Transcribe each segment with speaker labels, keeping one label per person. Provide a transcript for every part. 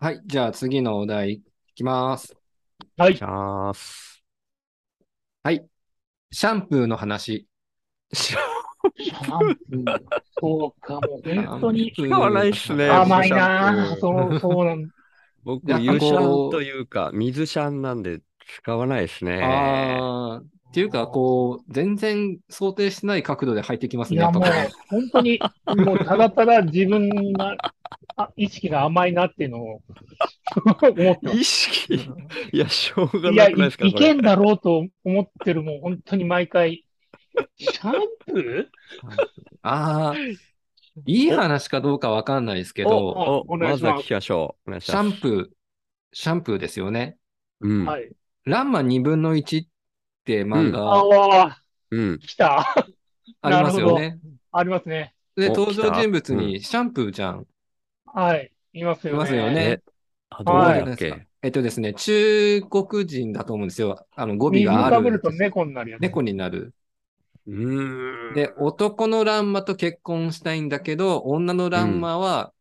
Speaker 1: はい。じゃあ次のお題いきます。
Speaker 2: はい
Speaker 3: し。ます。
Speaker 1: シャンプーの話。知ら
Speaker 2: シャンプー。そうか、もう本当に
Speaker 1: シャンプーの話
Speaker 3: 使わないっすね
Speaker 2: 甘い
Speaker 3: シャン
Speaker 2: な
Speaker 3: プー
Speaker 2: そう、そうなん
Speaker 3: 僕、
Speaker 1: やっぱこう
Speaker 3: 油シャンというか、水シャンなんで使わないですね。
Speaker 1: あーっていうか、こう、全然想定してない角度で入ってきます
Speaker 2: い
Speaker 1: ね。や
Speaker 2: や、
Speaker 1: っぱ
Speaker 2: もう
Speaker 1: これ、
Speaker 2: 本当に、もうただただ自分が、あ意識が甘いなっていうのを思ってます。
Speaker 3: 意識、いや、しょうが
Speaker 2: いや、
Speaker 3: なく
Speaker 2: い
Speaker 3: ないですか、
Speaker 2: い
Speaker 3: こ
Speaker 2: け
Speaker 3: れ。
Speaker 2: んだろうと思ってる、もう本当に毎回。シャンプ
Speaker 1: ああ、いい話かどうかわかんないですけど、
Speaker 3: お、
Speaker 2: お願い
Speaker 3: ま
Speaker 2: し
Speaker 3: ずは
Speaker 2: ます
Speaker 3: 聞きましょう。お願いし
Speaker 1: シ
Speaker 3: ま
Speaker 1: ャ
Speaker 3: す。
Speaker 1: ンプー、シャンプーですよね。
Speaker 3: う
Speaker 2: ー
Speaker 3: ん。
Speaker 2: はい。
Speaker 1: ランマ2分の1って漫画
Speaker 2: ああ、
Speaker 3: うん。
Speaker 2: 来た。
Speaker 1: ありますよね。
Speaker 2: ありますね。
Speaker 1: で、
Speaker 3: お
Speaker 1: 登場人物
Speaker 3: う
Speaker 1: にシャンプーちゃん、
Speaker 2: はい。います
Speaker 1: い
Speaker 2: よ
Speaker 1: ますよ
Speaker 2: ね。
Speaker 1: ね。
Speaker 3: あ、どう
Speaker 2: はい
Speaker 3: だっけ、
Speaker 1: えっとですね、中国人だと思うんですよ。あの語尾
Speaker 2: 水
Speaker 1: があ
Speaker 2: かぶる
Speaker 1: る。
Speaker 2: と猫になるやつ。
Speaker 1: 猫になる。
Speaker 3: うーん。
Speaker 1: で、男のランマと結婚したいんだけど、女のランマは、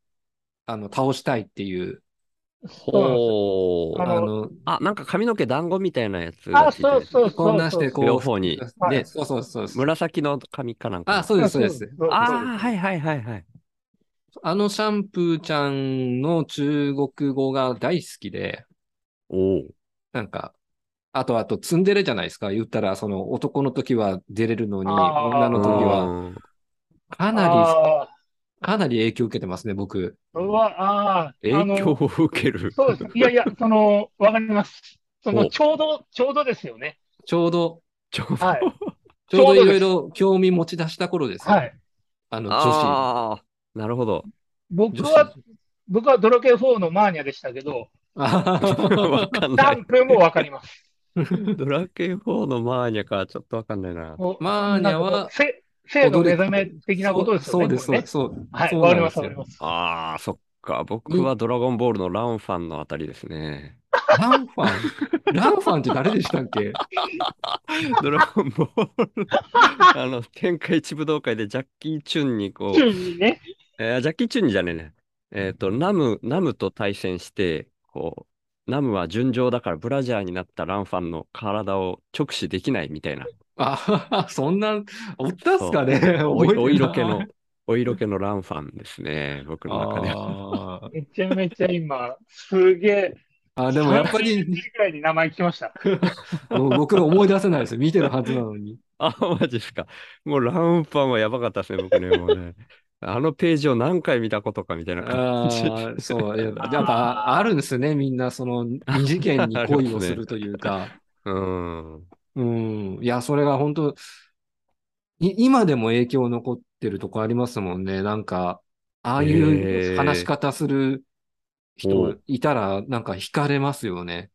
Speaker 1: あの、倒したいっていう、
Speaker 3: ほ
Speaker 2: あ
Speaker 1: あ
Speaker 3: う。
Speaker 2: の
Speaker 1: の、
Speaker 3: あ、なんか髪の毛団子みたいなやつ
Speaker 2: あ、
Speaker 3: がついてる
Speaker 2: そうそうそう
Speaker 1: こんなして、こう、
Speaker 3: 両方に。
Speaker 2: はい
Speaker 1: ね、そうそうそうそう。
Speaker 3: 紫の髪かなんか。
Speaker 1: あ、そうです、そうで
Speaker 2: そ
Speaker 1: す
Speaker 2: う。そう
Speaker 3: あーはいはいはいはい。
Speaker 1: あのシャンプーちゃんの中国語が大好きで、
Speaker 3: おう
Speaker 1: なんか、あとあと、ツンデレじゃないですか。言ったら、その、男の時は出れるのに、
Speaker 2: あー
Speaker 1: 女の時は、
Speaker 3: うん
Speaker 1: かなり、
Speaker 2: あ
Speaker 1: かなり影響受けてますね、僕。
Speaker 2: ーうわ、あーあの
Speaker 3: 影響を受ける。
Speaker 2: そうです。いやいや、その、わかります。その、
Speaker 3: お
Speaker 2: ちょうど、ちょうどですよね。
Speaker 1: ちょうど、
Speaker 3: ちょ
Speaker 2: はい。
Speaker 1: ちょうど
Speaker 2: ちょうどで
Speaker 1: い
Speaker 2: す
Speaker 1: ろいろ興味持ち出した頃ですよ。
Speaker 2: はい。
Speaker 1: あの、女子。
Speaker 3: ああ、なるほど。
Speaker 2: 僕
Speaker 1: 女
Speaker 2: は
Speaker 1: 子、。
Speaker 2: 僕はドラケ4のマーニャでしたけど、
Speaker 3: わかん
Speaker 2: シ
Speaker 3: な
Speaker 2: ャ
Speaker 3: い
Speaker 2: ン。プーもわかります。
Speaker 3: ドラケン4のマーニャか、ちょっとわかんないな。
Speaker 2: もう
Speaker 1: マーニャは
Speaker 2: なんかこうせ、性の目覚め 的なことですよね。
Speaker 1: そうそう
Speaker 2: これ
Speaker 1: で
Speaker 2: ね
Speaker 1: す、そうです。
Speaker 2: はい、
Speaker 1: そうな
Speaker 2: わか
Speaker 1: ん
Speaker 2: りま、
Speaker 1: ですす
Speaker 2: わ
Speaker 1: よ
Speaker 2: かります。
Speaker 3: ああ、そっか。僕はドラゴンボールのランファンのあたりですね。
Speaker 1: ランファンランファンって誰でしたっけ
Speaker 3: ドラゴンボールの、 あの、天下一武道会でジャッキー・チュンにこう、
Speaker 2: 中にね、
Speaker 3: えージャッキー・チュンにじゃねえね。えっと、ナム、ナムと対戦して、こう、ナムは純情だからブラジャーになったランファンの体を直視できないみたいな。
Speaker 1: あ、 そんな、おったっすかね
Speaker 3: お
Speaker 1: 覚えてない
Speaker 3: お色気の、お色気のランファンですね。僕の中では。
Speaker 1: あー
Speaker 2: めちゃめちゃ今、すげえ、
Speaker 1: あ、でもやっぱ
Speaker 2: 30
Speaker 1: り、
Speaker 2: 時ぐらいに名前聞きました。
Speaker 1: もう僕思い出せないですよ。見てるはずなのに。
Speaker 3: あ、マジっすか。もうランパンはやばかったですね、僕ね。も うね。あのページを何回見たことかみたいな感じ。
Speaker 1: ああ、そう。やっぱやっぱあるんですね。みんな、その、二次元に恋をするというか。
Speaker 3: うん。
Speaker 1: うん。いや、それが本当い今でも影響残ってるとこありますもんね。なんか、ああい
Speaker 3: へ
Speaker 1: う
Speaker 3: ー
Speaker 1: 話し方する
Speaker 3: お
Speaker 1: 人
Speaker 3: う
Speaker 1: いたら、なんか惹かれますよね。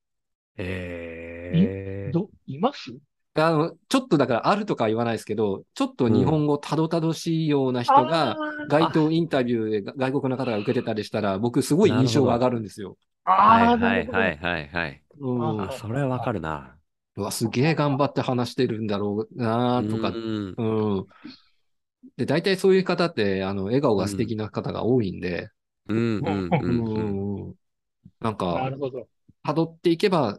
Speaker 3: えー。
Speaker 2: ど、います
Speaker 1: あの、ちょっとだから、あるとかは言わないですけど、ちょっと日本語たどたどしいような人が、街頭インタビューでが外国の方が受けてたりしたら、僕すごい印象が上がるんですよ。
Speaker 2: あ
Speaker 3: は
Speaker 2: ーあー、
Speaker 3: いはい
Speaker 2: な
Speaker 3: は
Speaker 2: る
Speaker 3: いはいはい。
Speaker 1: うん
Speaker 2: あ
Speaker 3: あ、それはわかるな。
Speaker 1: うわ、すげえ頑張って話してるんだろうなとか
Speaker 3: う、ん。
Speaker 1: うん。で、大体そういう方って、あの、笑顔が素敵な方が多いんで、
Speaker 3: うんうんう
Speaker 1: うんん
Speaker 3: うん。
Speaker 1: うんなん
Speaker 2: ほど。な
Speaker 1: か、
Speaker 2: るほど。
Speaker 1: 辿っていけば、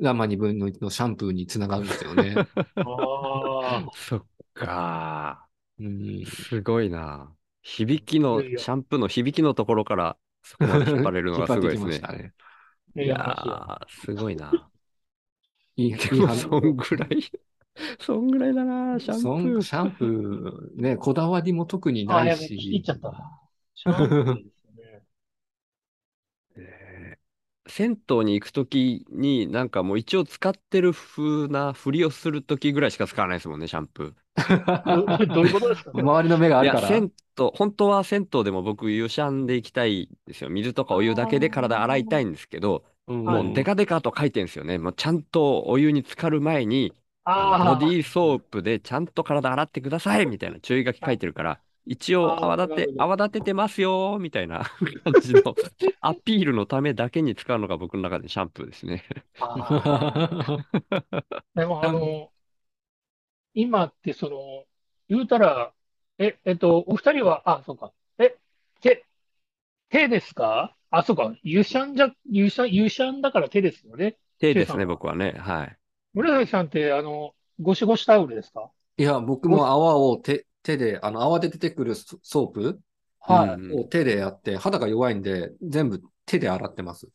Speaker 1: ラマ2分の1のシャンプーにつながるんですよね。
Speaker 2: ああ。
Speaker 3: そっか。
Speaker 1: うん、
Speaker 3: すごいな。響きの、シャンプーの響きのところから、そこまで引っ張れるのがすごいです
Speaker 1: 引っ張ってきま
Speaker 3: ね
Speaker 1: し。たね。
Speaker 3: い
Speaker 2: い
Speaker 3: や
Speaker 2: や、
Speaker 3: ー、すごいな。
Speaker 1: いい、いい
Speaker 3: でも、
Speaker 1: 話
Speaker 3: そんぐらい、 そんぐらいだな、シャン
Speaker 1: そん
Speaker 3: プー。
Speaker 1: シャンプー、ね、こだわりも特にな
Speaker 2: あーや
Speaker 1: い
Speaker 2: べ、聞い
Speaker 1: し
Speaker 2: ち、ゃった。シャンプーですよね
Speaker 3: えー銭湯に行くときに、なんかもう一応使ってる風なふりをするときぐらいしか使わないですもんね、シャンプ
Speaker 2: ど どういうことですか
Speaker 1: 周りの目が
Speaker 3: ー。
Speaker 1: あ
Speaker 3: い
Speaker 1: るか
Speaker 3: や、
Speaker 1: ら。
Speaker 3: 銭湯、本当は銭湯でも僕、湯シャンで行きたいんですよ。水とかお湯だけで体洗いたいんですけど、
Speaker 1: うん
Speaker 3: もうデカデカと書いてるんですよね。もうちゃんとお湯に浸かる前に、あの
Speaker 2: ああ、
Speaker 3: ボディーソープでちゃんと体洗ってくださいみたいな注意書き書いてるから、一応泡
Speaker 2: あー
Speaker 3: 立て
Speaker 2: なる、ほど
Speaker 3: 泡立ててますよーみたいな 感じのアピールのためだけに使うのが僕の中でシャンプーですね。
Speaker 2: あーでも、あの、今って、その、言うたら、え、えっと、お二人は、あ、そうか。え、手、手ですかあ、そうか。ユシャンじゃ、ユシャン、ユシャンだから手ですよね。
Speaker 3: 手です
Speaker 2: シュウさ
Speaker 3: ね、
Speaker 2: ん
Speaker 3: 僕はね。はい。
Speaker 2: 紫さんって、あの、ゴシゴシタオルですか
Speaker 1: いや、僕も泡を手、手で、あの、泡で出てくるソソープ
Speaker 2: はい
Speaker 3: うん
Speaker 1: を手でやって、肌が弱いんで、全部手で洗ってます。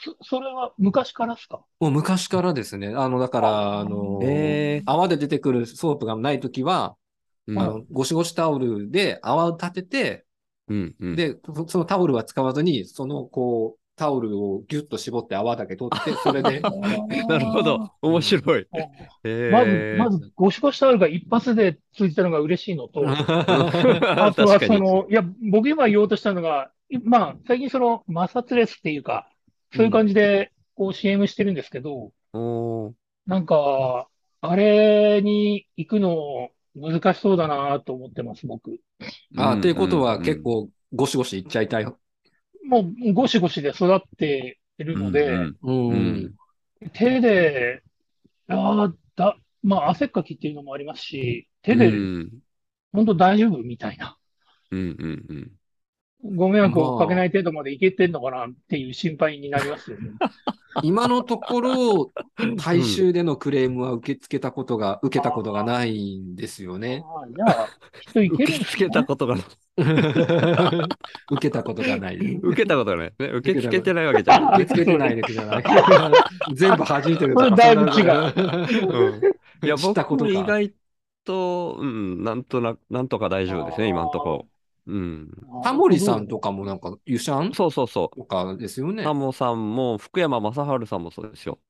Speaker 2: そ、それは昔からです か
Speaker 1: もう昔からですね。あの、だから、あの、
Speaker 3: え
Speaker 1: 泡で出てくるソープがないときは、
Speaker 3: うん
Speaker 1: あの、ゴシゴシタオルで泡を立てて、
Speaker 3: うんうん
Speaker 1: で、そそのタオルは使わずに、その、こう、タオルをギュッと絞って泡だけ取 って、それで、
Speaker 3: なるほど。面白い。
Speaker 2: まず
Speaker 3: え、
Speaker 2: まず、ゴシゴシタオルが一発でついてたのが嬉しいのと、あとは
Speaker 3: 確か
Speaker 2: そ
Speaker 3: に。
Speaker 2: の、いや、僕今言おうとしたのが、いまあ、最近その摩擦レスっていうか、そういう感じで、こう CM してるんですけど、
Speaker 3: おー
Speaker 2: なんか、あれに行くの難しそうだなと思ってます、僕。
Speaker 1: あ
Speaker 3: ん
Speaker 1: ー、ということは
Speaker 3: ん
Speaker 1: 結構ゴシゴシいっちゃいたい。
Speaker 2: もう、ゴシゴシで育ってるので、
Speaker 3: うん
Speaker 1: うん。
Speaker 3: うん
Speaker 2: 手で、ああ、だ、まあ、汗っかきっていうのもありますし、手
Speaker 3: う
Speaker 2: で、
Speaker 3: ん
Speaker 2: 本当大丈夫みたいな。
Speaker 3: うんうんうん
Speaker 2: ご迷惑をかけない程度までいけてんのかなっていう心配になりますよ ね。
Speaker 1: 今のところ、大衆でのクレームは受け付けたことが、受けたことがないんですよ ね。
Speaker 2: ああじゃあ、きっといけ
Speaker 3: 受
Speaker 2: るん
Speaker 3: け
Speaker 2: です
Speaker 3: 付けた
Speaker 2: ね。
Speaker 3: ことが ない。
Speaker 1: 受けたことがない。受
Speaker 3: 受けたことがない。ね受
Speaker 1: けたこと
Speaker 3: け付けてないわけじゃない。
Speaker 1: け付けてないですじゃない。 全部弾いてる
Speaker 2: これだいぶ違
Speaker 1: う。
Speaker 3: う んいや、
Speaker 1: 知った
Speaker 3: 僕
Speaker 1: こと
Speaker 3: も
Speaker 1: か
Speaker 3: 意外と、うん、なんとなく、なんとか大丈夫です
Speaker 2: あ
Speaker 3: ね、
Speaker 2: ー
Speaker 3: 今んとこ。うん。
Speaker 1: タモリさんとかもなんか、ユシャン
Speaker 3: そうそうそ
Speaker 1: とかですよ
Speaker 3: う。
Speaker 1: ね
Speaker 3: タ。モさんも、福山雅治さんもそうですよ。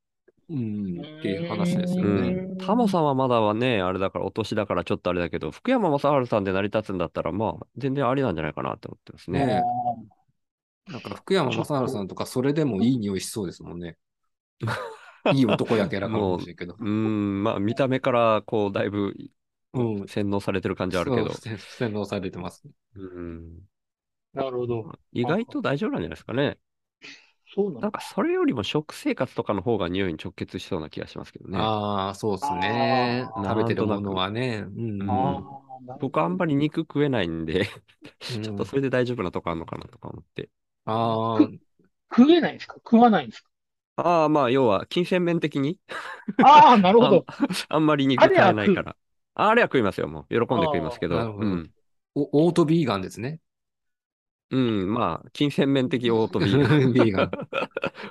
Speaker 1: うん、っていう話ですよ
Speaker 3: う
Speaker 1: ね。
Speaker 3: タモさんはまだはね、あれだから、お年だからちょっとあれだけど、福山雅治さんで成り立つんだったら、まあ、全然ありなんじゃないかなって思ってますね。
Speaker 1: ねなんか福山雅治さんとか、それでもいい匂いしそうですもん ね。いい男やけらかもしれんけど。
Speaker 3: うん、まあ、見た目から、こう、だいぶ
Speaker 1: うん。
Speaker 3: 洗脳されてる感じはあるけど
Speaker 1: そう、せ洗脳されてます。
Speaker 3: うん、
Speaker 2: なるほど。
Speaker 3: 意外と大丈夫なんじゃないですかね。
Speaker 2: そうな
Speaker 3: なん
Speaker 2: の。
Speaker 3: か、それよりも食生活とかの方が匂いに直結しそうな気がしますけどね。
Speaker 1: ああ、そうですね。
Speaker 2: あー
Speaker 1: 食べてるものはね。うん。
Speaker 3: あー
Speaker 2: なるほど
Speaker 3: 僕あんまり肉食えないんで、
Speaker 1: うん
Speaker 3: ちょっとそれで大丈夫なとこあるのかなとか思って。
Speaker 1: あー
Speaker 2: 食えないんですか食わないん ですか
Speaker 3: ああ、まあ、要は、金銭面的に
Speaker 2: ああ、なるほど。
Speaker 3: あんまり肉
Speaker 2: あ
Speaker 3: 食
Speaker 2: れは
Speaker 3: えないから。ああれは食いますよ、もう。喜んで食いますけど。
Speaker 1: あーなるほ
Speaker 3: う
Speaker 1: ど
Speaker 3: ん。
Speaker 1: おオートビーガンですね。
Speaker 3: うん、まあ、金銭面的オートビ
Speaker 1: ビ
Speaker 3: ーガン。
Speaker 1: ーガン。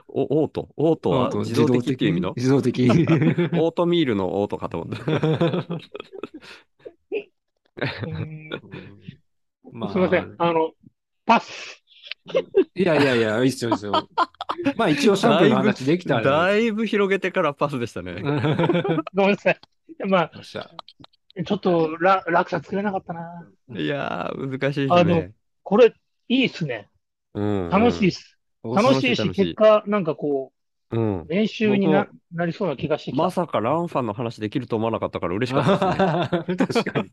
Speaker 3: お、オート。オートは自動的っていう意味の
Speaker 1: 自動的。
Speaker 3: オートミールのオートかと思った。
Speaker 2: うー
Speaker 1: ま
Speaker 2: んすいません。あの、パス。
Speaker 1: いやいやいや、いいっすよ、いいっすよ。まあ一応シャンプーの話できたらね。
Speaker 3: だいぶ広げてからパスでしたね。
Speaker 2: ごめんなさい。まあ、
Speaker 1: よっしゃ
Speaker 2: ちょっとら落差作れなかったな。
Speaker 3: いやー、難しいで
Speaker 2: あ
Speaker 3: す
Speaker 2: の
Speaker 3: ね。
Speaker 2: これ、いいっすね。
Speaker 3: うん
Speaker 2: 楽しいっす。楽しいし、
Speaker 3: 楽しい楽しい
Speaker 2: 結果、なんかこ
Speaker 3: うん
Speaker 2: う、。練習にななりそうな気がしてき
Speaker 3: ま
Speaker 2: た。
Speaker 3: さかランファンの話できると思わなかったから嬉しかっ たですね。
Speaker 1: 確かに。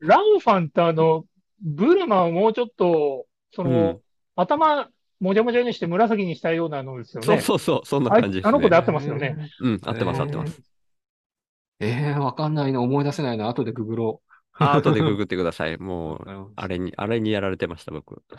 Speaker 2: ランファンってあの、ブルマをもうちょっと、その、
Speaker 3: うん
Speaker 2: 頭、もじゃもじゃにして紫にしたようなのですよ
Speaker 3: そう
Speaker 2: ね。
Speaker 3: そうそう、そんな
Speaker 2: あい
Speaker 3: 感じです
Speaker 2: あの子で合
Speaker 3: ね。
Speaker 2: ってますよね。
Speaker 3: うん、合ってます、合ってます。
Speaker 1: えー、わかんないな、思い出せないな、後でググろ
Speaker 3: あ後でググってください。もう、
Speaker 1: う。
Speaker 3: あれに、あれにやられてました、僕。
Speaker 2: あ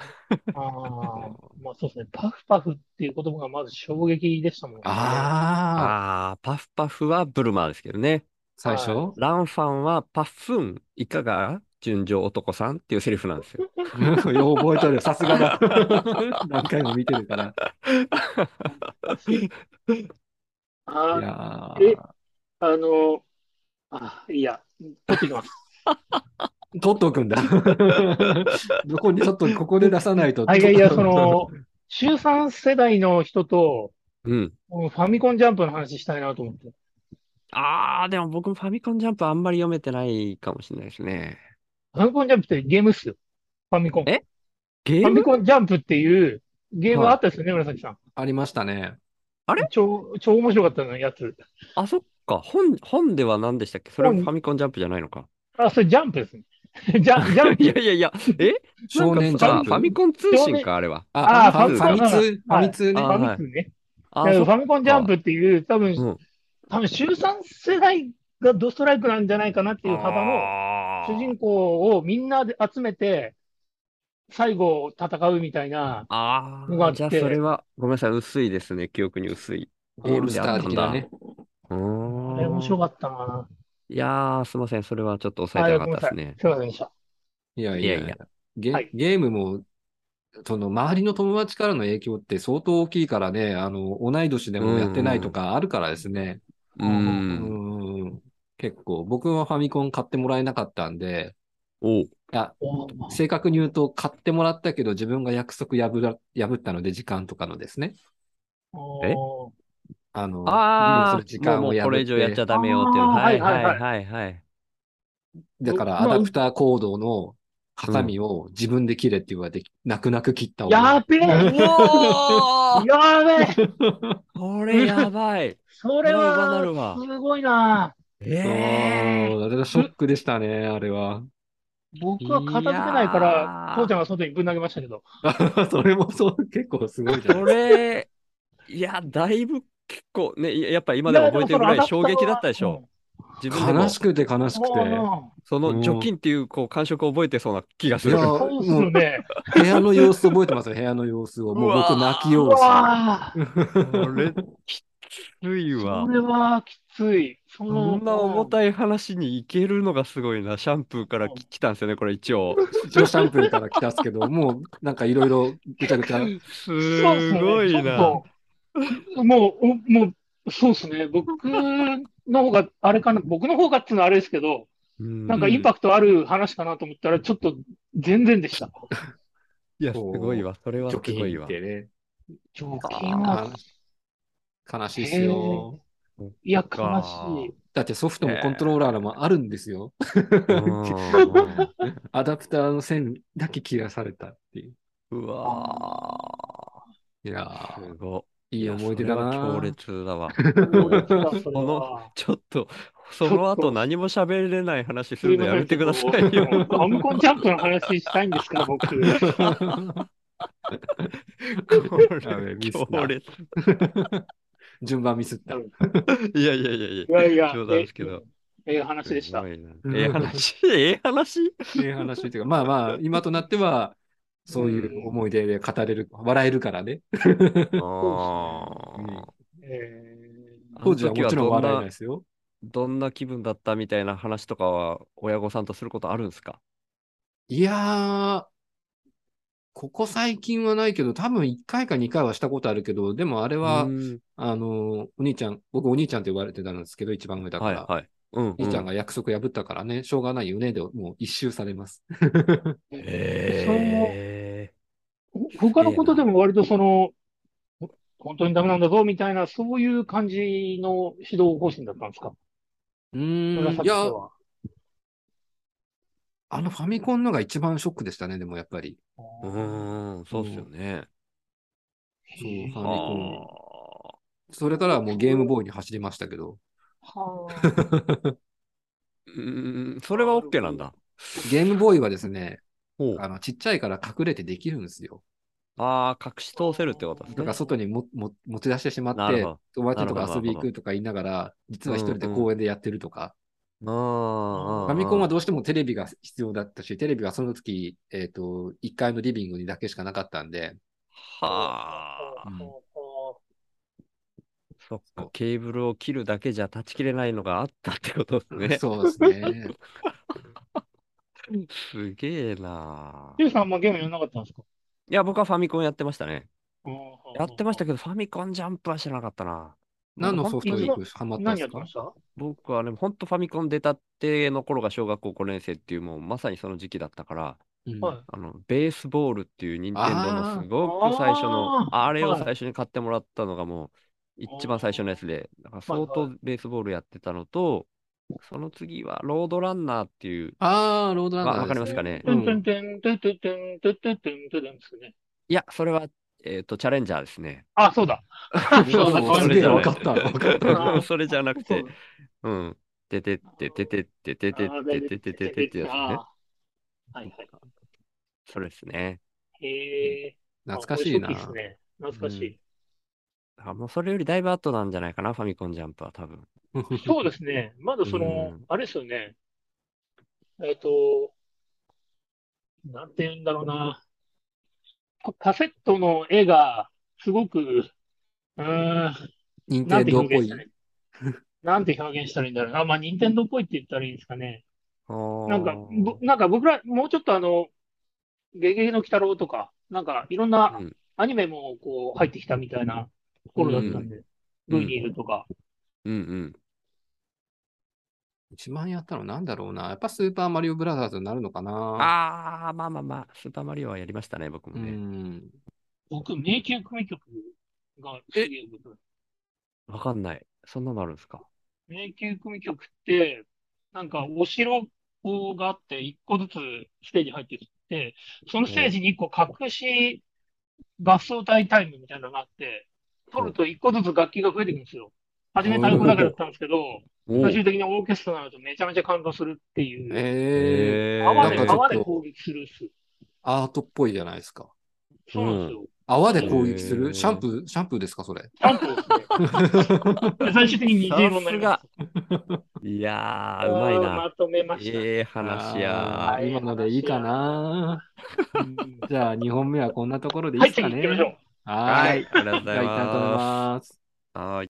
Speaker 2: あ、まあそうですね。パフパフっていう言葉がまず衝撃でしたもんね。
Speaker 1: ああ、
Speaker 3: ああ、パフパフはブルマーですけどね。
Speaker 1: 最初
Speaker 3: ランファンはパッフン、いかが純情男さんっていうセリフなんです よ。
Speaker 1: よう覚えとる。さすがだ。何回も見てるから。い
Speaker 2: あ
Speaker 1: や
Speaker 2: あの、あいや、取ってき ます。
Speaker 1: ー取っとくんだ。 どこに、ちょっとここで出さないと。
Speaker 2: あいやいや、そ、の、中3世代の人と、
Speaker 3: うん。
Speaker 2: うんファミコンジャンプの話したいなと思って。
Speaker 3: ああ、でも僕もファミコンジャンプあんまり読めてないかもしれないですね。
Speaker 2: ファミコンジャンプってゲームっすよ。ファミコン。
Speaker 3: えゲ
Speaker 2: ファ
Speaker 3: ー
Speaker 2: ミ
Speaker 3: ム
Speaker 2: コンジャンプっていうゲームあったですよね、紫さん。
Speaker 1: ありましたね。
Speaker 2: 超、超面白かったのやつ。
Speaker 3: あ、そっか。本、本では何でしたっけそれは
Speaker 2: 本
Speaker 3: ファミコンジャンプじゃないのか。
Speaker 2: あ、それジャンプですね。 ジャン、ジャンプ
Speaker 3: い。やいやいや、え
Speaker 1: 少年ジ
Speaker 3: な
Speaker 1: ャ
Speaker 3: んかさ
Speaker 1: ンプ。
Speaker 3: ファミコン通信か、あれは。
Speaker 1: あ、
Speaker 2: あ
Speaker 1: ファ
Speaker 3: フ
Speaker 1: フ
Speaker 3: ァ
Speaker 1: ァ
Speaker 3: ミ
Speaker 1: ミ
Speaker 2: コン
Speaker 1: 通、ファミ通ね。
Speaker 3: はい
Speaker 2: ファミ通ね。
Speaker 3: あ
Speaker 2: だから
Speaker 3: そっ
Speaker 2: ファミコンジャンプっていう、多分、
Speaker 3: うん
Speaker 2: 多分、週3世代がドストライクなんじゃないかなっていう幅の
Speaker 3: あー
Speaker 2: 主人公をみんなで集めて、最後戦うみたいな、
Speaker 3: あ
Speaker 2: のがあ
Speaker 3: あ、
Speaker 2: って
Speaker 3: じゃあそれは、ごめんなさい、薄いですね。記憶に薄い。
Speaker 1: オールスター的なね。
Speaker 3: うー
Speaker 2: あ
Speaker 3: ん。
Speaker 2: れ面白かったな。
Speaker 3: いやー、すいません。それはちょっと抑
Speaker 2: あ
Speaker 3: え
Speaker 2: れ
Speaker 3: て
Speaker 2: ご
Speaker 3: な
Speaker 2: めん
Speaker 3: かっ
Speaker 2: なさ
Speaker 3: たで
Speaker 2: い
Speaker 3: すね。。
Speaker 2: すいませんでした。
Speaker 1: いやい
Speaker 3: いやい
Speaker 1: や
Speaker 3: や
Speaker 1: ゲ、
Speaker 2: はい
Speaker 1: ゲームも、その周りの友達からの影響って相当大きいからね、あの、同い年でもやってないとかあるからですね。
Speaker 3: う。
Speaker 2: う
Speaker 1: うんん結構、僕はファミコン買ってもらえなかったんで、
Speaker 3: おう
Speaker 1: いや、
Speaker 2: おー
Speaker 1: 正確に言うと買ってもらったけど自分が約束破ら破ったので時間とかのですね。
Speaker 3: え
Speaker 2: おー
Speaker 1: あの、利
Speaker 3: あ
Speaker 1: 用する時間
Speaker 3: も
Speaker 1: を
Speaker 3: うもうこれ以上やっちゃダメよっていう。
Speaker 2: あー
Speaker 3: はいは
Speaker 2: はいい
Speaker 3: は
Speaker 2: はいい
Speaker 3: はいはい。
Speaker 1: だから、
Speaker 2: う
Speaker 1: ア
Speaker 2: んまあ
Speaker 1: ダプターコードのハサミを自分で切れって言われて、泣く泣く切った俺
Speaker 2: やべえ
Speaker 3: おー
Speaker 2: やべえ
Speaker 3: これやばい。
Speaker 2: それ
Speaker 3: なるわな
Speaker 2: は
Speaker 3: るわ
Speaker 2: すごいな。
Speaker 1: そ
Speaker 3: え
Speaker 1: うあれはショックでしたね、あれは。
Speaker 2: 僕は片付けないか
Speaker 3: いやー
Speaker 2: ら、父ちゃんが外にぶん投げましたけど。
Speaker 1: それもそう、結構すごいじ
Speaker 3: ー。
Speaker 1: ゃない
Speaker 3: これ、いや、だいぶ結構ね、いややっぱ今でも覚えてるぐらい衝撃だったでしょ。自分でも
Speaker 1: 悲しくて悲しくて。
Speaker 2: もうな
Speaker 3: その除菌っていうこう感触を覚えてそうな気がす
Speaker 1: い
Speaker 3: る
Speaker 1: や。
Speaker 2: あ、そうっすよね。
Speaker 1: 部屋の様子覚えてますよ、部屋の様子を。もう僕
Speaker 3: うわー
Speaker 1: 泣きよ
Speaker 2: う
Speaker 1: うし。
Speaker 2: わー
Speaker 3: これ、きついわ
Speaker 2: そ。れはきつい。その
Speaker 3: こんな重たい話にいけるのがすごいな。シャンプーから
Speaker 2: うん
Speaker 3: き来たんですよね、これ一応。
Speaker 1: 一応シャンプーから来たっすけど、もうなんかいろいろぐちゃぐち ゃ。
Speaker 3: す
Speaker 2: そうっすね
Speaker 3: ごい
Speaker 2: ち
Speaker 3: な。
Speaker 2: ょっともう、おもう、そうですね。僕の方が、あれかな、僕の方がっていうのはあれですけど、
Speaker 3: な
Speaker 2: なんかインパクトある話かなと思ったら、ちょっと全然でした。
Speaker 3: いや、すごいわ。それはす
Speaker 1: 貯
Speaker 3: ごい
Speaker 1: 金っ
Speaker 3: わ。
Speaker 1: てね。
Speaker 2: 貯金は、
Speaker 1: 悲しいっすよ。
Speaker 2: いや、
Speaker 3: そっ
Speaker 2: 悲
Speaker 3: か
Speaker 2: しい。
Speaker 1: だってソフトもコントローラーもあるんですよ。
Speaker 3: う
Speaker 1: アダプターの線だけ切らされたっていう。
Speaker 3: んうわ
Speaker 1: いや
Speaker 3: ー
Speaker 1: ー
Speaker 3: すご
Speaker 1: いい思い出だ
Speaker 3: いやそれは
Speaker 1: な
Speaker 3: 強。烈だわ。
Speaker 2: それ
Speaker 3: こ
Speaker 2: は
Speaker 3: の。ちょっと、その後何も喋れない話す
Speaker 2: すい
Speaker 3: る
Speaker 2: ませ
Speaker 3: のや
Speaker 2: ん
Speaker 3: めてくださいよ。
Speaker 2: ちょっとアムコンジャンプの話したいんですから、僕。
Speaker 3: これ
Speaker 1: ダメミスだ
Speaker 3: 強烈。
Speaker 1: 順番ミスった。
Speaker 3: いやいやいやいや
Speaker 2: い。やいや、
Speaker 3: 冗談ですけど。
Speaker 2: ええええ話でした
Speaker 3: すご。いなええ話、ええ話
Speaker 1: ええ話というか、まあまあ、今となっては、そういう思い出で語れる、笑えるからね。
Speaker 3: あ
Speaker 2: え
Speaker 3: あ
Speaker 1: 当時はもちろん笑えない
Speaker 3: い
Speaker 1: ですよ。
Speaker 3: どんな気分だったみたいな話とかは親御さんとすることあるんですか
Speaker 1: いやー、ここ最近はないけど、多分1回か2回はしたことあるけど、でもあれは、
Speaker 3: うん
Speaker 1: あの、お兄ちゃん、僕お兄ちゃんって呼ばれてたんですけど、一番上だか
Speaker 3: はい
Speaker 1: ら。
Speaker 3: はい。うん
Speaker 1: お兄ちゃん
Speaker 3: が。
Speaker 1: が約束破ったからね、しょうがないよね、でもう一周されます。
Speaker 2: それも
Speaker 3: え
Speaker 2: ほ他のことでも割とその、ほ本当にダメなんだぞみたいな、そういう感じの指導方針だったんですか
Speaker 1: うーん、い
Speaker 2: 紫
Speaker 1: や
Speaker 2: と、は。
Speaker 1: あのファミコンのが一番ショックでしたね、でもやっぱり。
Speaker 3: うーん、そうっすよね。
Speaker 1: そう
Speaker 2: へえ
Speaker 1: ファミ
Speaker 3: あ
Speaker 1: コン。それからはもうゲームボーイに走りましたけど、
Speaker 2: はあ
Speaker 3: ーうーん、それは OK なんだ。
Speaker 1: ゲームボーイはですね、
Speaker 3: ほう
Speaker 1: あのちっちゃいから隠れてできるんですよ。
Speaker 3: ああ、隠し通せるってことです
Speaker 1: だから
Speaker 3: ね。
Speaker 1: 外にもも持ち出してしま
Speaker 3: な
Speaker 1: っ
Speaker 3: る
Speaker 1: て
Speaker 3: ほ、
Speaker 1: 友達と
Speaker 3: なる
Speaker 1: か
Speaker 3: ほど
Speaker 1: 遊び行くとか言いながら、実は一人で
Speaker 3: うんうん
Speaker 1: 公園でやってるとか、
Speaker 3: ど。ああ。
Speaker 1: ファミコンは
Speaker 3: ど
Speaker 1: どうしてもテレビが必要だったし、テレビはその時、えっ、と、1階のリビングにだけしかなかったんで、
Speaker 3: はあ。
Speaker 2: ほうほ
Speaker 3: そっか、ケーブルを切るだけじゃ断ち切れないのがあったってことですね。
Speaker 1: そうです ね。
Speaker 3: すげえな
Speaker 2: う。ジュウさんあんまゲームやんなかったんですか
Speaker 3: いや、僕はファミコンやってましたね。やってました
Speaker 2: け
Speaker 3: けど、ファミコンジャンプはしてなかったな。
Speaker 1: 何のソフト
Speaker 3: 本
Speaker 1: に
Speaker 3: 当に
Speaker 2: 行く
Speaker 1: ハマったん
Speaker 2: 何
Speaker 1: で
Speaker 2: や
Speaker 1: す
Speaker 2: って
Speaker 1: か
Speaker 2: ました
Speaker 3: 僕はね、ほんとファミコン出たての頃が小学校5年生っていう、もうまさにその時期だったから、
Speaker 1: うん
Speaker 2: はい
Speaker 3: あの、ベースボールっていう任天堂の
Speaker 1: あー
Speaker 3: すごく最初の、
Speaker 2: あー
Speaker 3: あれを
Speaker 2: はい
Speaker 3: 最初に買ってもらったのがもう、一番最初のやつで、だから相
Speaker 2: は
Speaker 3: 当
Speaker 2: い
Speaker 3: ベースボールやってたのと、その次はロードランナーっていう、
Speaker 1: あー、ロードランナー、
Speaker 3: わわかりますかね
Speaker 2: てんてんてんてんてんてんてんてんてんてんですね。
Speaker 3: いや、それは、えっと、チャレンジャーですね。
Speaker 2: あ、そうだ。
Speaker 1: そう
Speaker 2: そうそう
Speaker 1: すげえわかった。わかった。
Speaker 2: あー
Speaker 3: それじゃなく
Speaker 2: そ
Speaker 3: て
Speaker 2: う、だ
Speaker 3: うん。ててってててっててててててててってやつね。
Speaker 2: あーはいはい。
Speaker 3: それですね。
Speaker 2: へえ。
Speaker 1: 懐かしいな
Speaker 2: あこれ。初期っすね懐かしい。
Speaker 3: あ、もうそれよりだいぶ後なんじゃないかな、ファミコンジャンプは多分。
Speaker 2: そうですね。まだその
Speaker 3: うん、
Speaker 2: あれですよね。えっと、なんて言うんだろうな。カセットの絵が、すごく、うーん、
Speaker 1: 任
Speaker 2: なん
Speaker 1: 天
Speaker 2: て
Speaker 1: 堂っ
Speaker 2: 表
Speaker 1: ぽ
Speaker 2: 現し
Speaker 1: い
Speaker 2: た。らいい。なんて表現したらいいんだろうな。まあ、任天堂っぽいって言ったらいいんですかね。なんか、ぼなんか僕ら、もうちょっとあの、ゲゲゲの鬼太郎とか、なんかいろんな
Speaker 3: うん
Speaker 2: アニメもこう入ってきたみたいなところだったんで、
Speaker 3: うん
Speaker 2: ルイニールとか。
Speaker 3: うんうん。
Speaker 1: 一番やったのなんだろうな。やっぱスーパーマリオブラザーズになるのかな。
Speaker 3: ああ、まあまあまあ、スーパーマリオはやりましたね、僕
Speaker 1: う
Speaker 3: もね。
Speaker 1: ん。
Speaker 2: 僕、迷宮組曲がすげえ僕
Speaker 3: わかんない。そんなのあるんですか。
Speaker 2: 迷宮組曲って、なんかお城があって、一個ずつステージ入ってきて、そのステージに一個隠し合奏隊タイムみたいなのがあって、取ると一個ずつ楽器が増えてくるんですよ。初め太鼓だけだったんですけど、
Speaker 3: お
Speaker 2: 最終的にオーケストラになるとめちゃめちゃ感動するっていう。
Speaker 1: ええ
Speaker 3: え
Speaker 2: 泡
Speaker 1: なんか
Speaker 2: で、
Speaker 1: ちょっと
Speaker 2: 泡で攻撃するっす。
Speaker 1: アートっぽいじゃないですか。
Speaker 2: そうなんですよ。
Speaker 1: 泡で攻撃する、
Speaker 3: へー
Speaker 1: シャンプー、シャンプーですか、そ れ。
Speaker 2: ちゃんとですね。最終的に虹色になりま
Speaker 3: さ
Speaker 2: す。
Speaker 3: いやー、うまい
Speaker 2: あー
Speaker 3: な。
Speaker 2: まとめました。
Speaker 3: ええ話
Speaker 1: あ
Speaker 3: や。
Speaker 1: ー今のでいいかな。うんじゃあ、2本目はこんなところでいい
Speaker 2: は
Speaker 1: で
Speaker 2: い、
Speaker 1: す
Speaker 2: 次
Speaker 1: か
Speaker 2: 行って
Speaker 1: ね
Speaker 2: みましょう。。
Speaker 1: は
Speaker 3: は
Speaker 1: ーい。
Speaker 3: い、ありがとうご
Speaker 1: じ
Speaker 3: ざ
Speaker 1: ゃあ、
Speaker 3: い
Speaker 1: 一旦止め
Speaker 3: ま
Speaker 1: ます。
Speaker 3: す。はい。